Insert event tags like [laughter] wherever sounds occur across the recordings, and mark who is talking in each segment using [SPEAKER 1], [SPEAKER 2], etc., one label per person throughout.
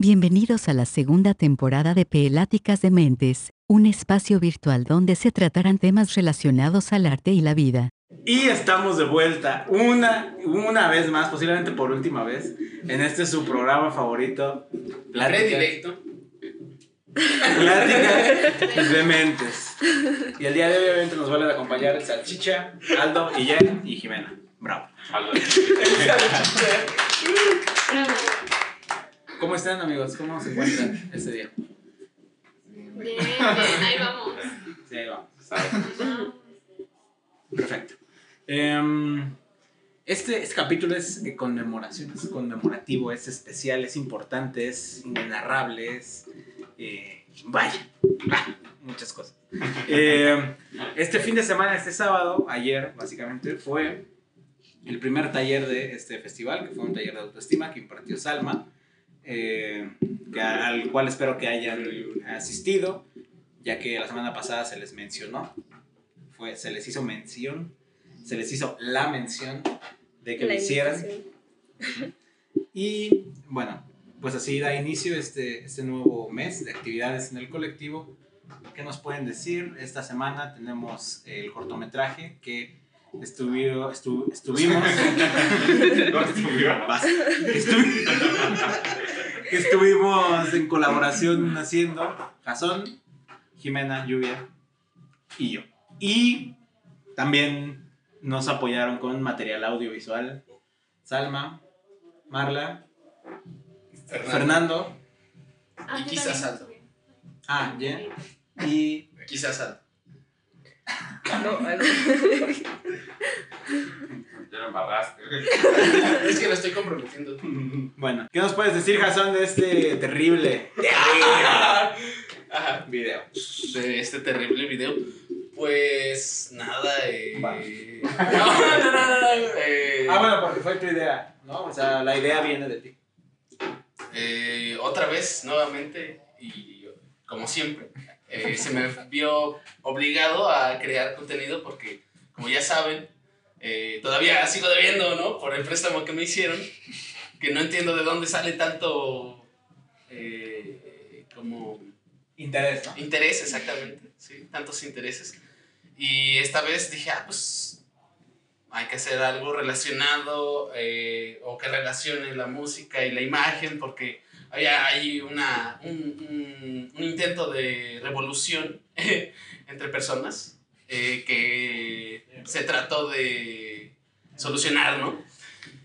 [SPEAKER 1] Bienvenidos a la segunda temporada de Peláticas de Mentes, un espacio virtual donde se tratarán temas relacionados al arte y la vida.
[SPEAKER 2] Y estamos de vuelta una, una vez más, posiblemente por última vez, en este su programa favorito,
[SPEAKER 3] La red directo.
[SPEAKER 2] Pláticas de Mentes. Y el día de hoy obviamente nos vuelven a acompañar Salchicha, Aldo, Guillén y Jimena. Bravo. ¿Cómo están amigos? ¿Cómo se encuentran este día?
[SPEAKER 4] Bien, bien, ahí vamos.
[SPEAKER 2] Sí, ahí vamos.
[SPEAKER 4] Ajá.
[SPEAKER 2] Perfecto. Em, este, este capítulo es de conmemoración, es conmemorativo, es especial, es importante, es inenarrable, es... eh, vaya, ah, muchas cosas. Em, este fin de semana, este sábado, ayer básicamente, fue el primer taller de este festival, que fue un taller de autoestima que impartió Salma, eh, que a- al cual espero que hayan asistido, ya que la semana pasada se les mencionó fue, se les hizo mención, se les hizo la mención de que lo
[SPEAKER 5] La
[SPEAKER 2] hicieran.
[SPEAKER 5] invitación.
[SPEAKER 2] Y bueno, pues así da inicio este, este nuevo mes de actividades en el colectivo. ¿Qué nos pueden decir? Esta semana tenemos el cortometraje que estuvio- estu- estuvimos... Vas. Estu- que estuvimos en colaboración haciendo Jason, Jimena, Lluvia y yo. Y también nos apoyaron con material audiovisual Salma, Marla, Fernando,
[SPEAKER 4] Ah, yo
[SPEAKER 3] quizás
[SPEAKER 4] también.
[SPEAKER 3] algo.
[SPEAKER 2] ah, Jen y
[SPEAKER 3] Quizás al-
[SPEAKER 5] No, algo.
[SPEAKER 6] Ya lo embarraste.
[SPEAKER 3] Es que lo estoy comprometiendo.
[SPEAKER 2] bueno, ¿qué nos puedes decir, Jason, de este terrible
[SPEAKER 3] Ajá.
[SPEAKER 2] video?
[SPEAKER 3] [laughs] De este terrible video. Pues nada, eh. [laughs] No, no, no, no. eh,
[SPEAKER 2] Ah, bueno, porque fue tu idea, ¿no? O sea, la idea viene de ti.
[SPEAKER 3] eh, otra vez, nuevamente, y como siempre, eh, se me vio obligado a crear contenido porque, como ya saben, eh, todavía sigo debiendo, ¿no? Por el préstamo que me hicieron, que no entiendo de dónde sale tanto eh, como
[SPEAKER 2] Interés, ¿no?
[SPEAKER 3] interés, exactamente, sí, tantos intereses. Y esta vez dije, ah, pues hay que hacer algo relacionado eh, o que relacione la música y la imagen, porque hay, hay una, un, un- un intento de revolución [laughs] entre personas eh, que se trató de solucionar, ¿no?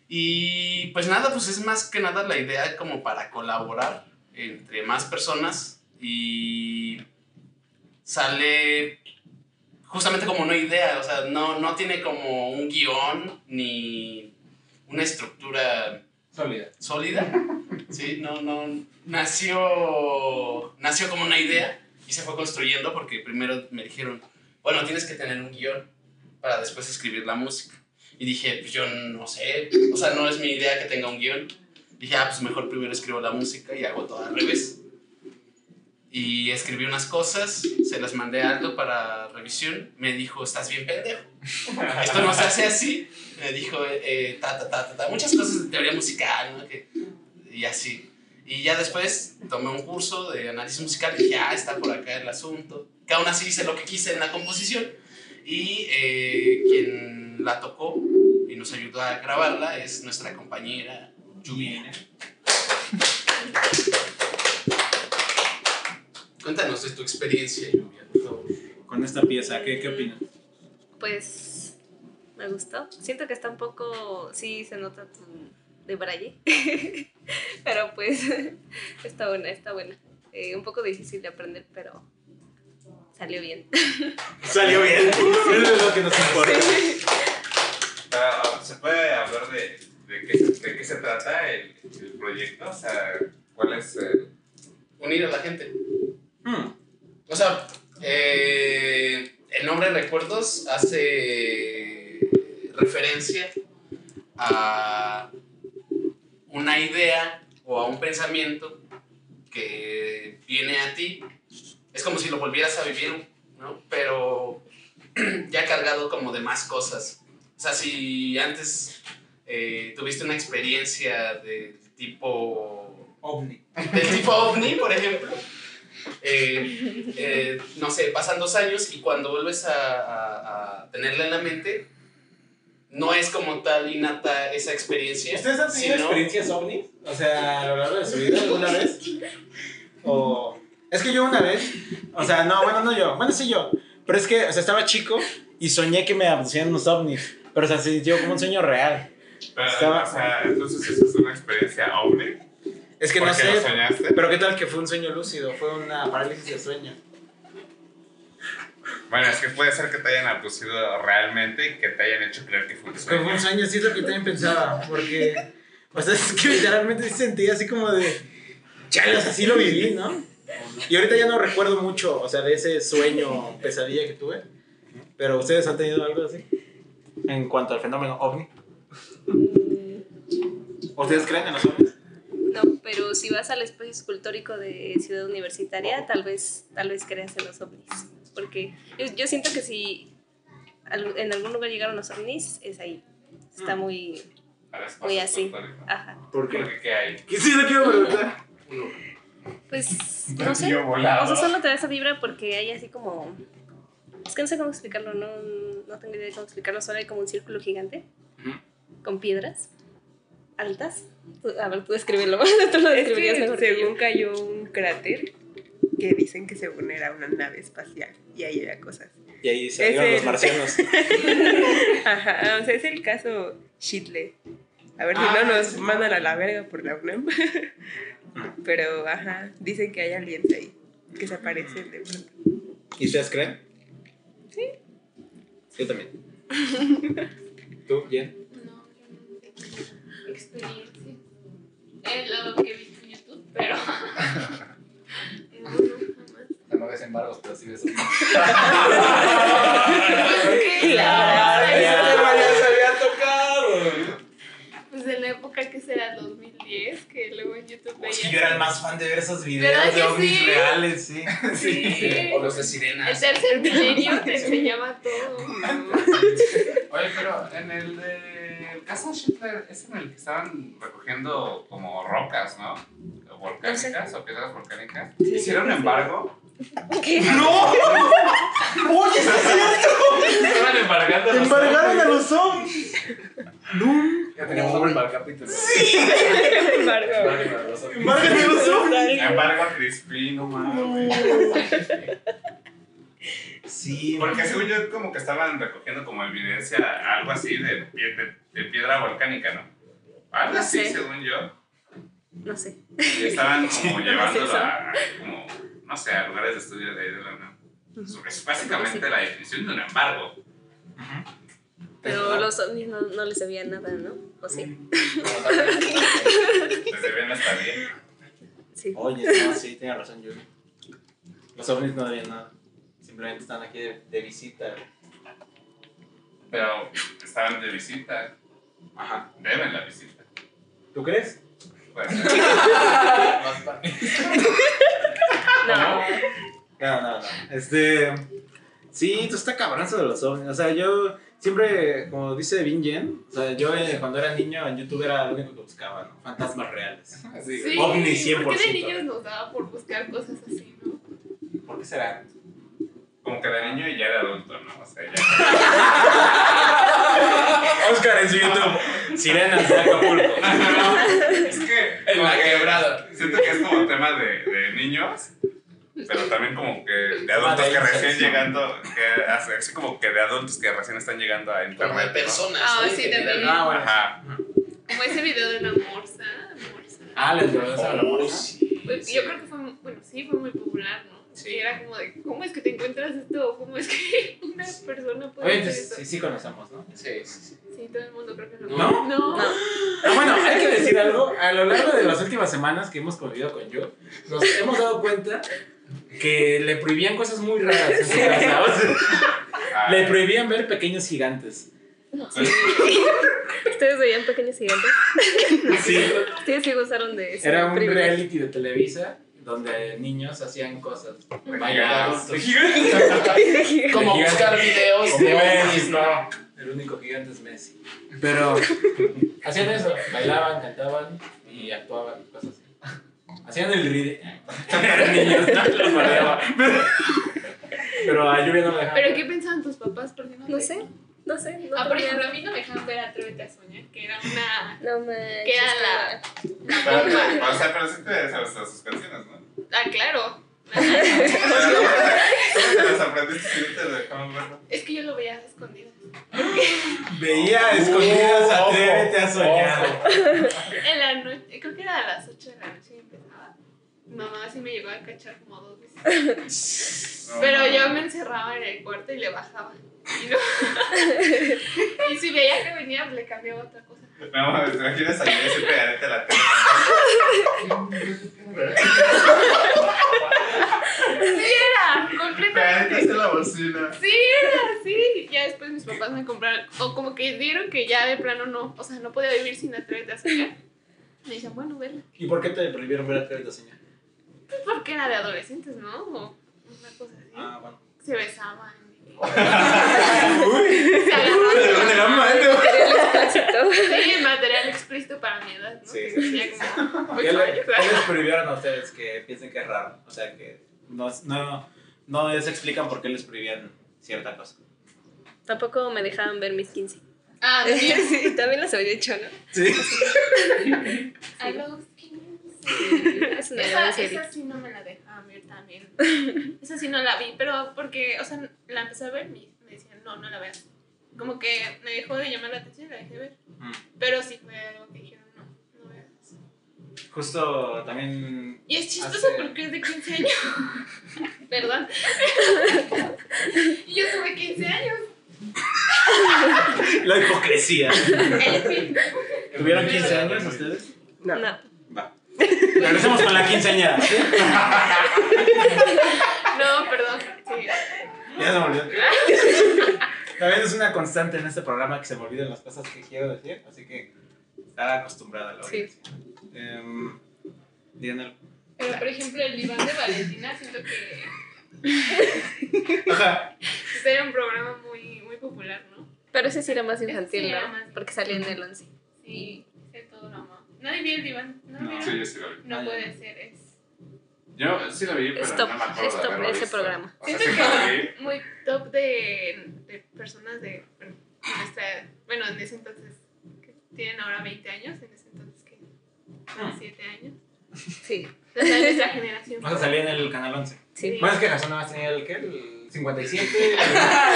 [SPEAKER 3] Y pues nada, pues es más que nada la idea como para colaborar entre más personas y sale justamente como una idea, o sea, no, no tiene como un guión ni una estructura
[SPEAKER 2] Sólida.
[SPEAKER 3] sólida, ¿sí? No, no, nació, nació como una idea y se fue construyendo porque primero me dijeron, bueno, tienes que tener un guión para después escribir la música. Y dije, pues yo no sé, o sea, no es mi idea que tenga un guión. Dije, ah, pues mejor primero escribo la música y hago todo al revés. Y escribí unas cosas, se las mandé a Aldo para revisión. Me dijo, estás bien pendejo. Esto no se hace así. Me dijo, eh, ta, ta, ta, ta, ta. Muchas cosas de teoría musical, ¿no? Que- y así. Y ya después tomé un curso de análisis musical y dije, ah, está por acá el asunto. Que aún así hice lo que quise en la composición. Y eh, quien la tocó y nos ayudó a grabarla es nuestra compañera Lluvia. Cuéntanos de tu experiencia, Lluvia, por favor.
[SPEAKER 2] Con esta pieza, ¿qué, qué opinas?
[SPEAKER 5] Pues me gustó. Siento que está un poco. Sí, se nota tu de braille. [laughs] pero pues [laughs] está buena, está buena. Eh, un poco difícil de aprender, pero salió bien. [laughs]
[SPEAKER 2] Salió bien. Eso [laughs] es lo que nos importa.
[SPEAKER 6] Ah, ah, ¿Se puede hablar de, de, qué, de qué se trata el, el proyecto? O sea, ¿cuál es el...?
[SPEAKER 3] Unir a la gente.
[SPEAKER 2] Mm.
[SPEAKER 3] O sea, eh, el nombre Recuerdos hace referencia a una idea o a un pensamiento que viene a ti. Es como si lo volvieras a vivir, ¿no? Pero [clears throat] ya cargado como de más cosas. O sea, si antes eh, tuviste una experiencia del tipo
[SPEAKER 2] ovni.
[SPEAKER 3] del tipo ovni, por ejemplo. Eh, eh, no sé, pasan dos años y cuando vuelves a, a- a tenerla en la mente, no es como tal innata esa experiencia.
[SPEAKER 2] ¿Ustedes han tenido
[SPEAKER 3] sino-
[SPEAKER 2] experiencias ovnis? O sea, a lo largo de su vida, alguna vez. O. Es que yo una vez. O sea, no, bueno, no yo. Bueno, sí yo. Pero es que, o sea, estaba chico y soñé que me abducían unos ovnis. Pero, o sea, se sintió como un sueño real.
[SPEAKER 6] Pero,
[SPEAKER 2] Estaba-
[SPEAKER 6] o sea, entonces eso es una experiencia ovni.
[SPEAKER 2] Es que
[SPEAKER 6] ¿Por
[SPEAKER 2] no
[SPEAKER 6] qué lo
[SPEAKER 2] sé.
[SPEAKER 6] soñaste?
[SPEAKER 2] Pero, ¿qué tal que fue un sueño lúcido? Fue una parálisis de sueño.
[SPEAKER 6] Bueno, es que puede ser que te hayan abducido realmente y que te hayan hecho creer que fue un
[SPEAKER 2] Es que fue
[SPEAKER 6] sueño.
[SPEAKER 2] un sueño, sí es lo que también pensaba. Porque, o sea, es que literalmente sí sentí así como de. Chale, o sea, sí lo viví, ¿no? Y ahorita ya no recuerdo mucho, o sea, de ese sueño, pesadilla que tuve. Pero ustedes han tenido algo así. En cuanto al fenómeno ovni. ¿Ustedes creen en los ovnis?
[SPEAKER 5] No, pero si vas al espacio escultórico de Ciudad Universitaria, tal vez, tal vez creas en los ovnis. Porque yo, yo siento que si al- en algún lugar llegaron los ovnis, es ahí. Está
[SPEAKER 2] Mm.
[SPEAKER 5] muy...
[SPEAKER 6] Ahora es
[SPEAKER 5] Muy así.
[SPEAKER 6] folclórico.
[SPEAKER 5] Ajá.
[SPEAKER 2] ¿Por
[SPEAKER 6] Porque qué hay.
[SPEAKER 2] ¿Qué sí lo quiero preguntar?
[SPEAKER 5] Pues,
[SPEAKER 6] Un
[SPEAKER 5] no sé.
[SPEAKER 6] platillo volado.
[SPEAKER 5] O sea, solo te da esa vibra porque hay así como... Es que no sé cómo explicarlo, no, no tengo idea de cómo explicarlo. Solo hay como un círculo gigante con piedras altas. Tú- A ver, tú descríbelo. [laughs] tú lo
[SPEAKER 7] Es
[SPEAKER 5] describirías
[SPEAKER 7] que
[SPEAKER 5] mejor que yo.
[SPEAKER 7] según cayó un cráter que dicen que según era una nave espacial y ahí había cosas.
[SPEAKER 2] Y ahí
[SPEAKER 7] salieron los
[SPEAKER 2] marcianos.
[SPEAKER 7] Ajá, o sea, es el caso Shitle. A ver si
[SPEAKER 2] Ah,
[SPEAKER 7] no nos
[SPEAKER 2] sí.
[SPEAKER 7] mandan a la verga por la UNAM. Pero, ajá, dicen que hay aliens ahí que se aparecen de pronto.
[SPEAKER 2] ¿Y ustedes creen? Sí. Yo también. ¿Tú, Jen?
[SPEAKER 4] No, yo no tengo experiencia. Es lo que he visto en YouTube, pero. [laughs] no, no, jamás.
[SPEAKER 8] No ves embargos,
[SPEAKER 3] [laughs]
[SPEAKER 8] pero sí ves.
[SPEAKER 4] Pues en la época que será 2010, que luego en YouTube veía.
[SPEAKER 2] Es que Oh, yo era el más fan de ver esos
[SPEAKER 4] ¿Verdad
[SPEAKER 2] videos de
[SPEAKER 4] que
[SPEAKER 2] ovnis
[SPEAKER 4] sí?
[SPEAKER 2] reales, [laughs] sí.
[SPEAKER 4] Sí.
[SPEAKER 3] O los de
[SPEAKER 4] El
[SPEAKER 3] sirenas.
[SPEAKER 4] tercer milenio
[SPEAKER 2] [laughs]
[SPEAKER 4] te enseñaba todo.
[SPEAKER 6] Oye, pero en el de. El caso de Schindler es en el que estaban recogiendo como rocas, ¿no? Volcánicas o piedras volcánicas. Hicieron
[SPEAKER 5] [laughs]
[SPEAKER 6] embargo.
[SPEAKER 2] ¡No! ¡Oye, es cierto!
[SPEAKER 6] Estaban embargando. los
[SPEAKER 2] Embargaron a los ovnis.
[SPEAKER 8] Ya tenemos nombre para el capítulo.
[SPEAKER 6] [laughs]
[SPEAKER 7] Embargo,
[SPEAKER 8] Vale, para los otros.
[SPEAKER 2] Embargan a los ovnis.
[SPEAKER 6] Embargo a Crispin, no mames.
[SPEAKER 2] Sí,
[SPEAKER 6] Porque según yo, como que estaban recogiendo como evidencia algo así de, pie- de- de piedra volcánica, ¿no? Algo así,
[SPEAKER 5] Sí.
[SPEAKER 6] según yo.
[SPEAKER 5] No sé.
[SPEAKER 6] Y estaban como llevándolo
[SPEAKER 5] eso.
[SPEAKER 6] a, a como, no sé, a lugares de estudio de ahí de la UNAM. Es básicamente la definición de un embargo.
[SPEAKER 5] Pero los ovnis no, no les sabían nada, ¿no? O sí.
[SPEAKER 8] Mm.
[SPEAKER 6] Desde bien hasta bien.
[SPEAKER 5] Sí.
[SPEAKER 2] Oye, no, sí, tiene razón, Yuri. Los ovnis no debían nada. Simplemente están aquí de, de visita.
[SPEAKER 6] Pero estaban de visita,
[SPEAKER 2] Ajá.
[SPEAKER 6] deben la visita.
[SPEAKER 2] ¿Tú crees?
[SPEAKER 6] Pues,
[SPEAKER 8] Más para-
[SPEAKER 5] No.
[SPEAKER 2] No, no, no. Este. Sí, esto está cabrón eso de los ovnis. O sea, yo siempre, como dice Vin Yen, o sea, yo eh, cuando era niño en YouTube era lo único que buscaba, ¿no? Fantasmas reales.
[SPEAKER 8] Sí.
[SPEAKER 4] Sí,
[SPEAKER 2] Ovni
[SPEAKER 4] ¿Por qué
[SPEAKER 2] 100%.
[SPEAKER 4] de niños nos daba por buscar cosas así, no?
[SPEAKER 2] ¿Por qué será?
[SPEAKER 6] como que de niño y ya de adulto, ¿no? O sea, ya.
[SPEAKER 2] Oscar en su YouTube. Sirenas de Acapulco.
[SPEAKER 6] es que.
[SPEAKER 8] En la quebrada.
[SPEAKER 6] Siento que es como tema de, de niños, pero también como que de adultos
[SPEAKER 2] Ah, de
[SPEAKER 6] que recién
[SPEAKER 2] ellos, sí.
[SPEAKER 6] llegando, que hace- así como que de adultos que recién están llegando a
[SPEAKER 3] Como de
[SPEAKER 6] internet. ¿no?
[SPEAKER 3] personas.
[SPEAKER 4] Ah,
[SPEAKER 3] ¿no?
[SPEAKER 4] sí,
[SPEAKER 3] Que te
[SPEAKER 4] también.
[SPEAKER 3] dan-
[SPEAKER 2] Ah, bueno.
[SPEAKER 6] Ajá.
[SPEAKER 4] Como ese video de la morsa. morsa.
[SPEAKER 8] Ah, les dio esa la
[SPEAKER 3] Oh,
[SPEAKER 8] morsa.
[SPEAKER 3] sí,
[SPEAKER 4] Pues,
[SPEAKER 3] sí.
[SPEAKER 4] Yo creo que fue, mu- bueno, sí, fue muy popular, ¿no?
[SPEAKER 3] Sí.
[SPEAKER 4] Y era como de, ¿cómo es que te encuentras esto? ¿Cómo es que [laughs] una persona puede hacer
[SPEAKER 8] Oye, entonces,
[SPEAKER 4] pues, esto?
[SPEAKER 2] Sí, sí conocemos, ¿no?
[SPEAKER 8] Sí, sí, sí.
[SPEAKER 4] Sí, todo el mundo creo que no.
[SPEAKER 2] ¿No?
[SPEAKER 4] No.
[SPEAKER 2] No, bueno, hay que decir algo. A lo largo de las últimas semanas que hemos convivido con yo, nos hemos dado cuenta que le prohibían cosas muy raras en su casa. O sea,
[SPEAKER 6] Ah,
[SPEAKER 2] le prohibían ver pequeños gigantes.
[SPEAKER 5] ¿Ustedes veían pequeños
[SPEAKER 8] [laughs]
[SPEAKER 5] gigantes?
[SPEAKER 2] Sí.
[SPEAKER 5] Ustedes sí gozaron de eso.
[SPEAKER 8] Era
[SPEAKER 5] [laughs]
[SPEAKER 8] un reality de Televisa donde niños hacían cosas. Vaya,
[SPEAKER 6] gigantes.
[SPEAKER 8] adultos.
[SPEAKER 3] Como
[SPEAKER 8] Gigante.
[SPEAKER 3] buscar videos de ovnis, [laughs] ¿no?
[SPEAKER 8] El único gigante es Messi.
[SPEAKER 2] Pero
[SPEAKER 8] Hacían eso, bailaban, cantaban y actuaban, cosas así.
[SPEAKER 2] Hacían el
[SPEAKER 8] [laughs]
[SPEAKER 2] ride. Eran niños, no los mareaba. Pero, pero a lluvia no me dejaba.
[SPEAKER 4] ¿Pero qué pensaban tus papás? ¿Por qué no,
[SPEAKER 5] No
[SPEAKER 4] te-
[SPEAKER 5] sé, no sé. No
[SPEAKER 4] Ah, por
[SPEAKER 5] tenía-
[SPEAKER 4] ejemplo, a mí no me dejaban ver Atrévete a Soñar, que era una...
[SPEAKER 5] No manches.
[SPEAKER 4] Que era la-
[SPEAKER 3] [laughs]
[SPEAKER 6] Pero, pero, o sea, pero sí te sabes todas sus
[SPEAKER 4] [laughs]
[SPEAKER 6] canciones, ¿no?
[SPEAKER 4] Ah, claro.
[SPEAKER 3] [laughs]
[SPEAKER 6] O sea, ¿cómo te las aprendiste y no te dejaban verlo?
[SPEAKER 4] Es que yo lo veía a escondidas.
[SPEAKER 8] Veía
[SPEAKER 2] escondidas,
[SPEAKER 8] escondidas,
[SPEAKER 2] atrévete
[SPEAKER 8] atrévete
[SPEAKER 2] a
[SPEAKER 8] a
[SPEAKER 2] soñar.
[SPEAKER 8] soñar.
[SPEAKER 4] En la noche, creo que era a las 8 de la noche y empezaba. Mi mamá sí me llegó a cachar como dos
[SPEAKER 5] [laughs]
[SPEAKER 4] veces.
[SPEAKER 6] No,
[SPEAKER 4] Pero
[SPEAKER 6] no,
[SPEAKER 4] yo
[SPEAKER 6] no.
[SPEAKER 4] me encerraba en el cuarto y le bajaba. Y, no- y si veía que venía, le cambiaba otra cosa.
[SPEAKER 6] No, mames, ¿te imaginas salir así pegadita a la tele?
[SPEAKER 4] Sí, era,
[SPEAKER 6] Pegadita
[SPEAKER 4] completamente.
[SPEAKER 6] hasta la bocina.
[SPEAKER 4] Sí, era así. Ya después mis papás me compraron, o como que vieron que ya de plano no, o sea, no podía vivir sin Atrévete a Soñar. Me dijeron, bueno, verla.
[SPEAKER 2] ¿Y por qué te prohibieron ver Atrévete a soñar?
[SPEAKER 4] Porque era de adolescentes, ¿no? O una cosa así.
[SPEAKER 8] Ah, bueno.
[SPEAKER 4] Se besaban.
[SPEAKER 8] [laughs]
[SPEAKER 4] [laughs] se agarraban.
[SPEAKER 8] la mano.
[SPEAKER 4] Sí, el material explícito para mi edad, ¿no?
[SPEAKER 8] Sí,
[SPEAKER 4] Que
[SPEAKER 8] sí,
[SPEAKER 4] tenía como
[SPEAKER 2] ¿Qué,
[SPEAKER 4] ocho
[SPEAKER 2] le-
[SPEAKER 4] años.
[SPEAKER 2] qué les prohibieron a ustedes que piensen que es raro? O sea, que no, no, no les explican por qué les prohibían cierta cosa.
[SPEAKER 5] Tampoco me dejaban ver mis 15.
[SPEAKER 4] [laughs] Ah, sí.
[SPEAKER 5] [laughs] Sí, también las había hecho, ¿no?
[SPEAKER 2] Sí.
[SPEAKER 4] I love you.
[SPEAKER 5] Es una
[SPEAKER 4] Esa,
[SPEAKER 5] gran
[SPEAKER 4] esa
[SPEAKER 5] serie.
[SPEAKER 4] sí no me la dejaba ver también. Esa sí no la vi, pero porque, o sea, la empecé a ver y me decían, no, no la veas. Como que me dejó de llamar la atención y la dejé de ver.
[SPEAKER 2] Mm.
[SPEAKER 4] Pero sí fue algo que dijeron, no, no veas.
[SPEAKER 2] Justo también
[SPEAKER 4] Y es chistoso
[SPEAKER 2] Hace-
[SPEAKER 4] porque es de 15 años. Perdón. y yo tuve 15 años.
[SPEAKER 2] La hipocresía.
[SPEAKER 4] En fin.
[SPEAKER 2] ¿Tuvieron 15 años ustedes?
[SPEAKER 7] No.
[SPEAKER 5] No.
[SPEAKER 2] Va. Regresemos con la quinceañera. ¿sí?
[SPEAKER 4] No, perdón. Sí.
[SPEAKER 2] Ya se me olvidó. [laughs] También es una constante en este programa que se me olvidan las cosas que quiero decir, así que estar acostumbrada a la
[SPEAKER 5] Sí.
[SPEAKER 2] audiencia. Em, digan algo.
[SPEAKER 4] Pero Eh, por ejemplo, el Iván de Valentina siento que
[SPEAKER 2] O sea,
[SPEAKER 4] pues, era un programa muy, muy popular, ¿no?
[SPEAKER 5] Pero ese sí era más
[SPEAKER 4] Ese sí
[SPEAKER 5] infantil,
[SPEAKER 4] era
[SPEAKER 5] ¿no?
[SPEAKER 4] más
[SPEAKER 5] Porque salía en el 11.
[SPEAKER 4] Sí, sé todo lo amaba. Nadie vio el Iván. No, lo
[SPEAKER 2] No.
[SPEAKER 4] vieron?
[SPEAKER 6] Sí, yo sí la vi.
[SPEAKER 4] no
[SPEAKER 2] Ah, ya.
[SPEAKER 4] puede ser. Es...
[SPEAKER 6] Yo sí la vi, pero
[SPEAKER 5] Stop,
[SPEAKER 6] no me acuerdo de
[SPEAKER 5] stop
[SPEAKER 6] haberla
[SPEAKER 5] ese
[SPEAKER 6] visto.
[SPEAKER 5] programa.
[SPEAKER 6] O sea,
[SPEAKER 4] Siento
[SPEAKER 6] sí la vi.
[SPEAKER 4] que muy top de, de personas de, bueno, de esta- bueno, en ese entonces, que tienen ahora 20 años, en ese entonces que 7 años.
[SPEAKER 5] Sí.
[SPEAKER 4] O sea, de nuestra generación.
[SPEAKER 2] vamos a salir en el canal 11.
[SPEAKER 5] Sí.
[SPEAKER 2] Bueno, es que Jason nada más tenía el que el 57.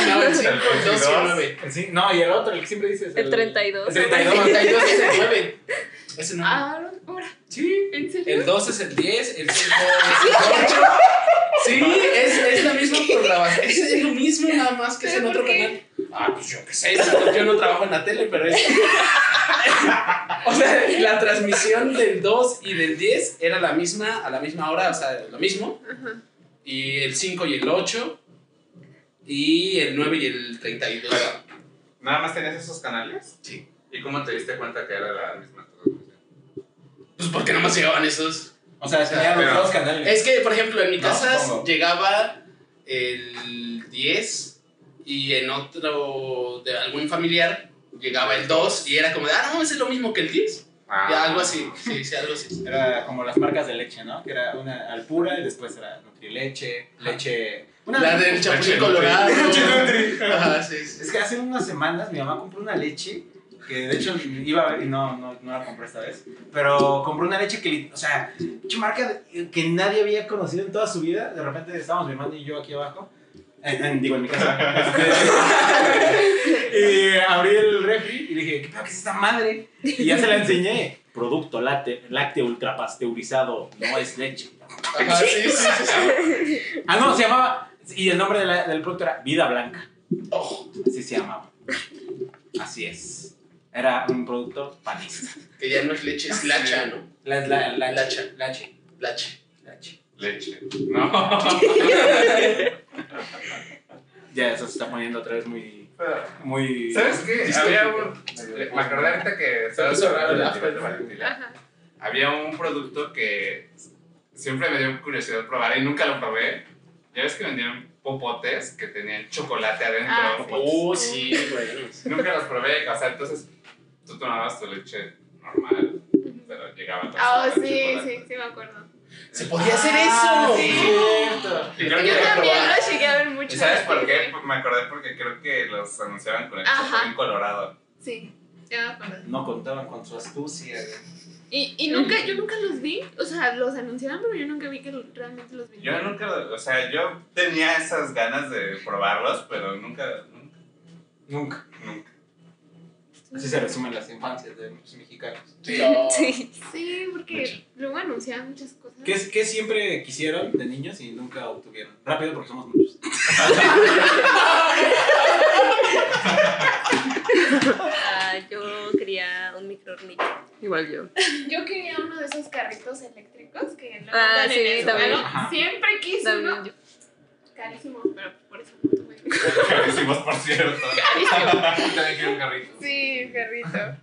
[SPEAKER 6] No, el
[SPEAKER 2] cinco, el dos y el
[SPEAKER 6] 9.
[SPEAKER 2] el cin- no, y el otro, el que siempre dices.
[SPEAKER 5] El 32.
[SPEAKER 2] El
[SPEAKER 3] [laughs]
[SPEAKER 2] 32.
[SPEAKER 3] 92 es el 9. Es el 9.
[SPEAKER 4] Ahora, ahora,
[SPEAKER 3] Sí.
[SPEAKER 4] Ah, ¿en serio?
[SPEAKER 3] El 2 es el 10, el 5 [laughs] es el 8. Sí, es, es la [laughs] misma programación. Es, es lo mismo, nada más que es en
[SPEAKER 4] ¿Pero
[SPEAKER 3] otro
[SPEAKER 4] por qué?
[SPEAKER 3] canal. Ah, pues yo qué sé, yo- yo no trabajo en la tele, pero es. [laughs] O sea, la transmisión del 2 y del 10 era la misma, a la misma hora, o sea, lo mismo. Y el 5 y el 8. Y el 9 y el 32.
[SPEAKER 6] Nada más tenías esos canales.
[SPEAKER 3] Sí.
[SPEAKER 6] ¿Y cómo te diste cuenta que era la misma transmisión?
[SPEAKER 3] Pues porque no más llevaban esos.
[SPEAKER 2] O sea, tenía los
[SPEAKER 6] Pero-
[SPEAKER 2] dos canales.
[SPEAKER 3] Es que, por ejemplo, en mi
[SPEAKER 2] No,
[SPEAKER 3] casa
[SPEAKER 2] supongo.
[SPEAKER 3] llegaba el 10 y en otro de algún familiar llegaba el 2 y era como de, ah, no, ese es lo mismo que el 10.
[SPEAKER 6] Ah,
[SPEAKER 3] Y algo así, sí, sí, algo así.
[SPEAKER 2] Era como las marcas de leche, ¿no? Que era una al pura y después era Nutrileche, leche. Una
[SPEAKER 3] La del chapulín
[SPEAKER 2] [laughs]
[SPEAKER 3] colorado. Ajá, sí, sí.
[SPEAKER 2] Es que hace unas semanas mi mamá compró una leche que de hecho iba a ver y no, no, no la compré esta vez. Pero compró una leche que, li- o sea, pinche marca de- que nadie había conocido en toda su vida. De repente estábamos mi hermano y yo aquí abajo. En, en- digo, en mi [laughs] casa. Este, y abrí el refri y dije, ¿qué pedo que es esta madre? Y ya se la enseñé. Producto lácte- lácteo ultrapasteurizado, no es leche.
[SPEAKER 3] Ajá, sí, sí, sí, sí.
[SPEAKER 2] Ah, no, se llamaba. Y el nombre de la- del producto era Vida Blanca.
[SPEAKER 3] Oh,
[SPEAKER 2] Así se llamaba. Así es. Era un producto panista.
[SPEAKER 3] que ya no es leche, es lacha, ¿no?
[SPEAKER 2] La, la, la,
[SPEAKER 3] Lacha.
[SPEAKER 2] Lache.
[SPEAKER 3] Lacha.
[SPEAKER 2] Lache.
[SPEAKER 6] Leche. No.
[SPEAKER 2] Ya, eso se está poniendo otra vez muy.
[SPEAKER 6] Pero,
[SPEAKER 2] Muy.
[SPEAKER 6] [laughs] ¿Sabes qué?
[SPEAKER 3] Distópico.
[SPEAKER 6] Había un. eh, Me acordé ahorita que. ¿Sabes
[SPEAKER 3] puso raro
[SPEAKER 6] sobre
[SPEAKER 3] el
[SPEAKER 6] la
[SPEAKER 3] after.
[SPEAKER 6] de Valentina?
[SPEAKER 4] Ajá.
[SPEAKER 6] Había un producto que siempre me dio curiosidad probar y nunca lo probé. Ya ves que vendían popotes que tenían chocolate adentro.
[SPEAKER 4] Ah,
[SPEAKER 6] Uh,
[SPEAKER 3] Oh, sí, güey.
[SPEAKER 6] Nunca los probé, o sea, entonces tú tomabas tu leche normal, pero llegaba con
[SPEAKER 4] Ah,
[SPEAKER 6] su
[SPEAKER 4] oh, sí,
[SPEAKER 6] chocolate.
[SPEAKER 4] sí, sí me acuerdo.
[SPEAKER 3] ¡Se
[SPEAKER 6] Ah,
[SPEAKER 3] podía hacer eso!
[SPEAKER 8] cierto.
[SPEAKER 6] Y creo que
[SPEAKER 4] Yo
[SPEAKER 6] lo
[SPEAKER 4] también
[SPEAKER 6] probaron.
[SPEAKER 4] lo llegué a ver mucho.
[SPEAKER 6] ¿Y sabes
[SPEAKER 4] sí,
[SPEAKER 6] por qué?
[SPEAKER 4] güey.
[SPEAKER 6] Pues me acordé porque creo que los anunciaban con el
[SPEAKER 4] Ajá.
[SPEAKER 6] chapulín colorado.
[SPEAKER 4] Sí, ya me acuerdo.
[SPEAKER 8] No contaban con su astucia.
[SPEAKER 4] Y, y nunca, yo nunca los vi, o sea, los anunciaban, pero yo nunca vi que lo- realmente los vi.
[SPEAKER 6] Yo nunca, o sea, yo tenía esas ganas de probarlos, pero nunca, nunca,
[SPEAKER 8] Nunca.
[SPEAKER 6] nunca.
[SPEAKER 8] Así se resumen las infancias de muchos mexicanos.
[SPEAKER 5] [laughs] Sí.
[SPEAKER 4] Sí, porque luego anunciaban muchas cosas.
[SPEAKER 8] ¿Qué, es- qué siempre quisieron de niños y nunca obtuvieron? Rápido porque somos [laughs] muchos.
[SPEAKER 5] Ah, yo quería un microornillo.
[SPEAKER 7] Igual yo.
[SPEAKER 4] Yo quería uno de esos carritos eléctricos que lo
[SPEAKER 5] Ah,
[SPEAKER 4] mandan
[SPEAKER 5] sí,
[SPEAKER 4] en el
[SPEAKER 5] también.
[SPEAKER 4] suelo.
[SPEAKER 8] Ajá.
[SPEAKER 4] Siempre quise
[SPEAKER 5] También
[SPEAKER 4] uno.
[SPEAKER 5] yo.
[SPEAKER 4] Carísimo, pero por eso no tuve.
[SPEAKER 6] Carísimos, por cierto.
[SPEAKER 4] Carísimo.
[SPEAKER 6] También quiero un carrito.
[SPEAKER 4] Sí, un carrito.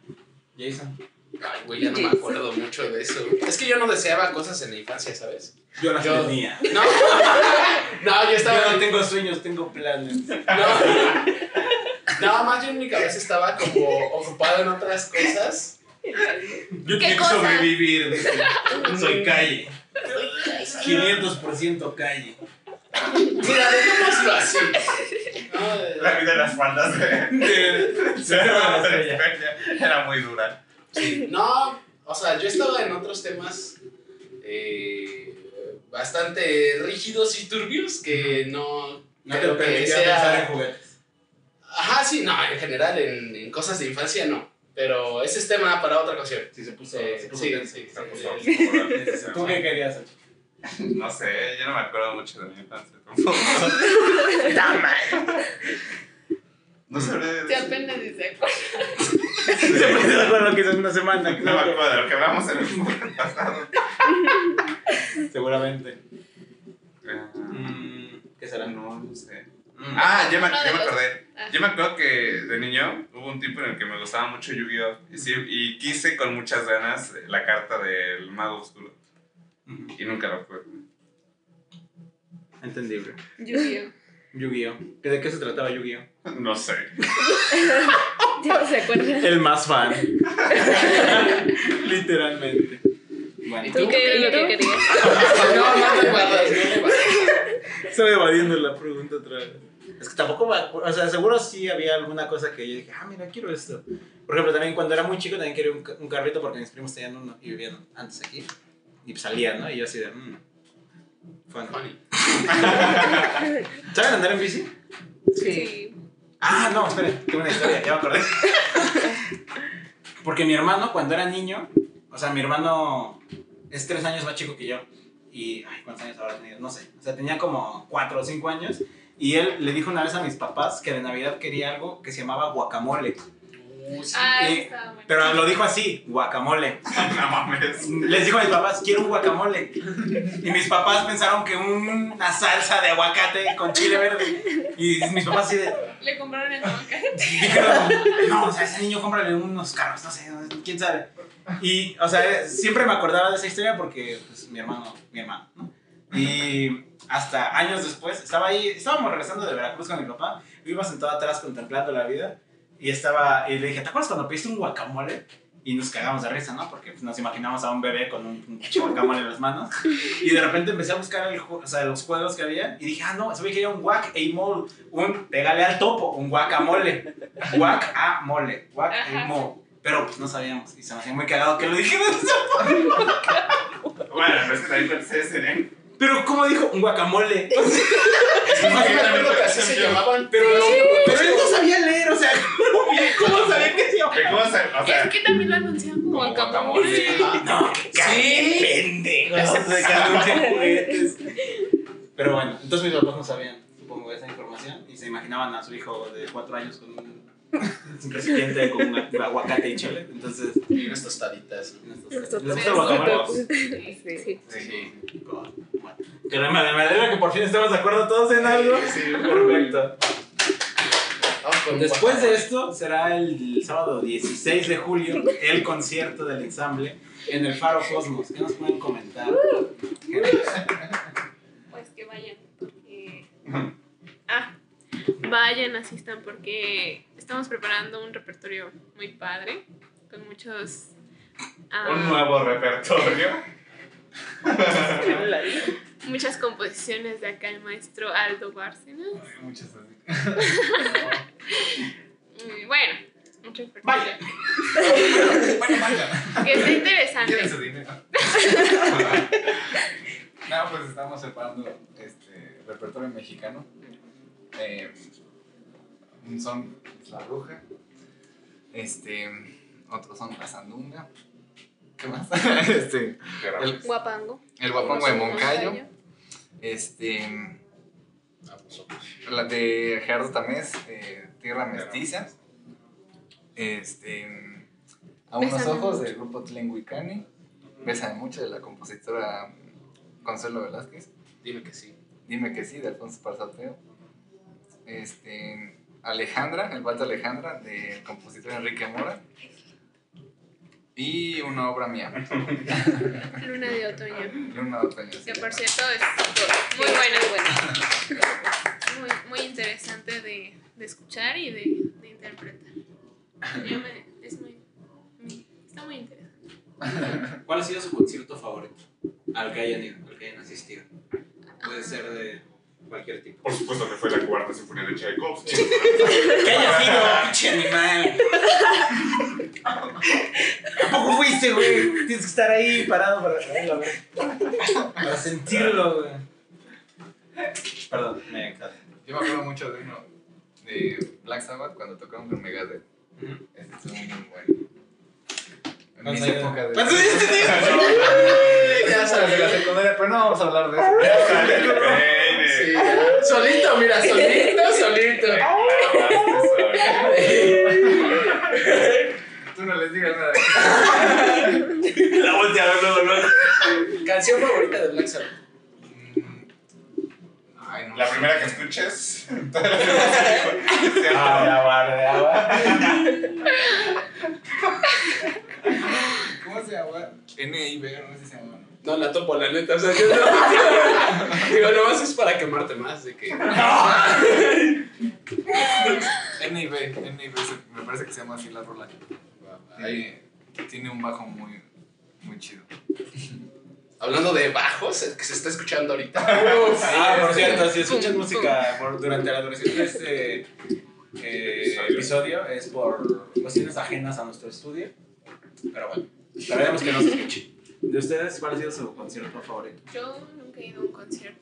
[SPEAKER 8] Jason.
[SPEAKER 3] Ay, güey, ya no me acuerdo mucho de eso. Es que yo no deseaba cosas en la infancia, ¿sabes?
[SPEAKER 8] Yo las
[SPEAKER 3] Yo-
[SPEAKER 8] tenía.
[SPEAKER 3] No, [laughs] no yo
[SPEAKER 8] Yo
[SPEAKER 3] estaba.
[SPEAKER 8] no tengo sueños, tengo planes.
[SPEAKER 3] No. Nada más yo en mi cabeza estaba como ocupado en otras cosas.
[SPEAKER 8] Yo
[SPEAKER 4] ¿Qué
[SPEAKER 8] tengo
[SPEAKER 4] cosa?
[SPEAKER 8] sobrevivir. dice. Soy
[SPEAKER 6] Mm.
[SPEAKER 8] calle. 500% calle.
[SPEAKER 3] Mira, dejémoslo así. No, de-
[SPEAKER 6] La vida de las faldas de,
[SPEAKER 8] Se me va la estrella.
[SPEAKER 6] era muy dura.
[SPEAKER 3] No, o sea, yo estaba en otros temas eh, bastante rígidos y turbios que no.
[SPEAKER 8] No te
[SPEAKER 3] creo
[SPEAKER 8] lo
[SPEAKER 3] que
[SPEAKER 8] permitía
[SPEAKER 3] sea-
[SPEAKER 8] pensar en juguetes.
[SPEAKER 3] Ajá, sí, no, en general, en, en cosas de infancia no. Pero ese es tema para otra ocasión.
[SPEAKER 8] Sí, se puso.
[SPEAKER 3] Eh,
[SPEAKER 8] se puso
[SPEAKER 3] sí,
[SPEAKER 8] tenso.
[SPEAKER 3] sí,
[SPEAKER 6] Se
[SPEAKER 3] sí,
[SPEAKER 6] puso
[SPEAKER 3] sí.
[SPEAKER 6] colorado.
[SPEAKER 8] ¿Tú qué
[SPEAKER 6] [laughs]
[SPEAKER 8] querías? Ancho?
[SPEAKER 6] No sé, yo no me acuerdo mucho de
[SPEAKER 4] [laughs]
[SPEAKER 6] mi infancia. tampoco.
[SPEAKER 7] Está mal.
[SPEAKER 6] No sabré.
[SPEAKER 4] Te
[SPEAKER 6] decir.
[SPEAKER 4] apenas dice. "Pues,
[SPEAKER 8] Se puso de acuerdo que es una semana.
[SPEAKER 6] No me acuerdo de lo que hablamos en el podcast pasado.
[SPEAKER 8] Seguramente.
[SPEAKER 6] Eh,
[SPEAKER 8] Mm, ¿Qué será?
[SPEAKER 6] No, no sé.
[SPEAKER 8] Mm.
[SPEAKER 6] Ah, ya me,
[SPEAKER 4] Uno de
[SPEAKER 6] ya me
[SPEAKER 4] los-
[SPEAKER 6] acordé.
[SPEAKER 4] ah.
[SPEAKER 6] Yo me acuerdo que de niño hubo un tiempo en el que me gustaba mucho Yu-Gi-Oh! Y, sí, y quise con muchas ganas la carta del Mago Oscuro.
[SPEAKER 8] Ujú.
[SPEAKER 6] Y nunca la pude.
[SPEAKER 8] Entendible.
[SPEAKER 4] Yu-Gi-Oh!
[SPEAKER 8] Yu-Gi-Oh. ¿Que ¿De qué se trataba Yu-Gi-Oh?
[SPEAKER 6] No sé.
[SPEAKER 5] [laughs] Ya no se acuerdan.
[SPEAKER 8] El más fan. Literalmente.
[SPEAKER 3] ¿Y
[SPEAKER 8] Bueno,
[SPEAKER 5] ¿Tú qué es lo que querías?
[SPEAKER 3] No, no te guardas, no te guardas.
[SPEAKER 8] estoy evadiendo la pregunta otra vez. Es que tampoco me acuerdo. O sea, seguro sí había alguna cosa que yo dije, ah, mira, quiero esto. Por ejemplo, también cuando era muy chico también quería un, ca- un carrito porque mis primos tenían uno y vivían antes aquí. Y pues, salían, ¿no? Y yo así de, mmm. Fan.
[SPEAKER 3] Funny.
[SPEAKER 8] ¿Saben andar en bici?
[SPEAKER 7] Sí.
[SPEAKER 5] Sí.
[SPEAKER 8] Ah, no, esperen, tengo una historia, ya me acordé. Porque mi hermano, cuando era niño, o sea, mi hermano es tres años más chico que yo. Y, ay, ¿cuántos años habrá tenido? No sé. O sea, tenía como cuatro o cinco años. Y él le dijo una vez a mis papás que de Navidad quería algo que se llamaba guacamole.
[SPEAKER 4] Ah,
[SPEAKER 8] Eh,
[SPEAKER 4] eso estaba bueno.
[SPEAKER 8] Pero lo dijo así, guacamole.
[SPEAKER 6] No mames.
[SPEAKER 8] Les dijo a mis papás, quiero un guacamole. Y mis papás pensaron que una salsa de aguacate con chile verde. Y mis papás así de,
[SPEAKER 4] Le compraron el aguacate.
[SPEAKER 8] Dijeron, no, o sea, ese niño cómprale unos carros, no sé, quién sabe. Y, o sea, eh, siempre me acordaba de esa historia porque, pues, mi hermano, mi hermano, ¿no? Y hasta años después, estaba ahí, estábamos regresando de Veracruz con mi papá, yo iba sentado atrás contemplando la vida y estaba, y le dije, ¿te acuerdas cuando pediste un guacamole? Y nos cagamos de risa, ¿no? Porque pues, nos imaginamos a un bebé con un, un pinche guacamole en las manos. Y de repente empecé a buscar el, ju- o sea, los juegos que había. Y dije, ah, no, sabía que era un guac a mole. Un pégale al topo, un guacamole. Guac a mole. Guac a
[SPEAKER 4] Ajá.
[SPEAKER 8] mole. Pero pues no sabíamos. Y se me hacía muy cagado que lo dijimos.
[SPEAKER 6] Bueno, pero es que también ustedes serían.
[SPEAKER 8] Pero ¿cómo dijo? Un guacamole. O sea,
[SPEAKER 3] Ah, me acuerdo que así se llamaban.
[SPEAKER 8] pero, lo- pero él no sabía leer. O sea, [laughs] ¿cómo, cómo sabía que se
[SPEAKER 6] [laughs]
[SPEAKER 8] llamaba?
[SPEAKER 6] ¿De cómo se.? O sea.
[SPEAKER 4] Es que también lo anunciaban como
[SPEAKER 6] como
[SPEAKER 4] guacamole.
[SPEAKER 6] guacamole.
[SPEAKER 8] No, qué pendejo. Eso de que anuncian juguetes. [laughs] Pero bueno, entonces mis papás no sabían, supongo, esa información y se imaginaban a su hijo de cuatro años con un, [laughs] un recipiente con un agu- aguacate y chile. Entonces,
[SPEAKER 3] Y unas tostaditas.
[SPEAKER 8] ¿les gusta
[SPEAKER 7] Nosotros-
[SPEAKER 8] el guacamole?
[SPEAKER 7] Sí.
[SPEAKER 3] Sí.
[SPEAKER 8] Bueno, que me, me alegra que por fin estemos de acuerdo todos en algo. Perfecto.
[SPEAKER 3] Vamos con un
[SPEAKER 8] Después de
[SPEAKER 3] guacamole.
[SPEAKER 8] esto será el sábado 16 de julio el concierto del ensamble en el Faro Cosmos. ¿Qué nos pueden comentar?
[SPEAKER 4] Pues que vayan, porque. Ah, vayan, asistan, porque estamos preparando un repertorio muy padre, con muchos
[SPEAKER 6] Un
[SPEAKER 4] ah,
[SPEAKER 6] nuevo repertorio.
[SPEAKER 4] muchas composiciones de acá el maestro Aldo Bárcenas.
[SPEAKER 8] Muchas gracias.
[SPEAKER 4] Mm, Bueno, muchas
[SPEAKER 8] Vaya.
[SPEAKER 4] personas.
[SPEAKER 8] Bueno, vaya.
[SPEAKER 4] Que está
[SPEAKER 6] ¿Quieren
[SPEAKER 4] interesante.
[SPEAKER 6] su dinero?
[SPEAKER 8] No, pues estamos separando este repertorio mexicano. Eh, un son es la bruja. Este, otro son la sandunga. ¿Qué más? [laughs] Este,
[SPEAKER 6] Pero-
[SPEAKER 8] el,
[SPEAKER 4] Guapango.
[SPEAKER 8] el guapongo de
[SPEAKER 4] Moncayo.
[SPEAKER 8] Moncayo. Este, la de Gerardo Tamés, eh, Tierra Mestiza. Este, a unos
[SPEAKER 4] Bésame
[SPEAKER 8] ojos del grupo Tlenguicani. Bésame mucho de la compositora Consuelo Velázquez.
[SPEAKER 3] Dime que sí.
[SPEAKER 8] Dime que sí, de Alfonso Parzateo. Este, Alejandra, el balto Alejandra, del compositor Enrique Mora. Y una obra mía,
[SPEAKER 4] Luna de otoño.
[SPEAKER 8] Luna de Otoño.
[SPEAKER 4] Que por cierto
[SPEAKER 5] Ah,
[SPEAKER 4] es muy buena, muy, muy interesante de, de escuchar y de, de interpretar. Yo me- es muy, está muy interesante.
[SPEAKER 2] ¿Cuál ha sido su concierto favorito? Al que hayan ido, al que hayan asistido. Puede ser de cualquier tipo.
[SPEAKER 6] Por supuesto que fue la cuarta sinfonía de Tchaikovsky.
[SPEAKER 2] ¡Que haya sido, [laughs] pinche animal! Tampoco fuiste, güey. Tienes que estar ahí parado para saberlo, güey. Para sentirlo, güey. Perdón, me encanta.
[SPEAKER 8] Yo me acuerdo mucho de uno de Black Sabbath cuando tocaron con Megadeth.
[SPEAKER 2] Ujú.
[SPEAKER 8] Este estuvo muy bueno. En mis épocas
[SPEAKER 2] Pues,
[SPEAKER 8] de. Ya sabes, de la secundaria, pero no vamos a hablar de eso.
[SPEAKER 6] Sí,
[SPEAKER 3] Solito, mira, solito, solito.
[SPEAKER 8] Tú no les digas nada.
[SPEAKER 2] [laughs] La voltea a verlo,
[SPEAKER 3] Canción favorita de Black Sabbath.
[SPEAKER 8] Mm. Ay, no.
[SPEAKER 6] La primera que escuches. Ah,
[SPEAKER 8] ¿Cómo se llama? NIB, no sé si se llama. ¿no?
[SPEAKER 3] No, la topo, la neta. O sea, yo no. Digo, nomás es para quemarte más de que.
[SPEAKER 8] NIB, NIB, se- me parece que se llama así la rola. Tiene, tiene un bajo muy, muy chido.
[SPEAKER 3] Hablando de bajos, el que se está escuchando ahorita.
[SPEAKER 2] Ah, por cierto, si escuchas música por- durante la duración de este eh, episodio es por cuestiones ajenas a nuestro estudio. Pero bueno, esperemos que no se escuche. ¿De ustedes cuál ha sido su concierto favorito?
[SPEAKER 4] Yo nunca he ido a un concierto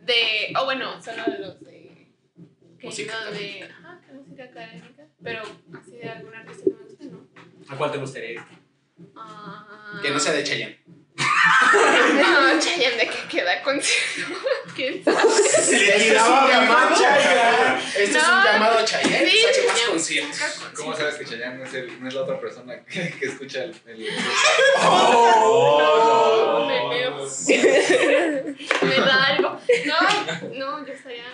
[SPEAKER 4] de, o bueno, solo de los de que he
[SPEAKER 3] Música
[SPEAKER 4] ido de, ajá, que música académica, pero así de algún artista que me guste, ¿no?
[SPEAKER 2] ¿A cuál te gustaría ir?
[SPEAKER 4] Ah,
[SPEAKER 3] Que no sea de Chayanne.
[SPEAKER 4] [laughs] No, Chayanne, ¿de qué queda concierto? [laughs] ¿Quién sabe?
[SPEAKER 3] Este es un llamado. Este es un
[SPEAKER 4] No.
[SPEAKER 3] llamado a Chayanne.
[SPEAKER 4] Sí,
[SPEAKER 3] que Saque más
[SPEAKER 4] Chayanne.
[SPEAKER 3] conciertos.
[SPEAKER 8] ¿Cómo sabes que Chayanne no es, el- no es la otra persona que, que escucha el, el-
[SPEAKER 4] Oh, No,
[SPEAKER 6] no.
[SPEAKER 4] me veo. [laughs] Me da algo. No, no, yo estaría.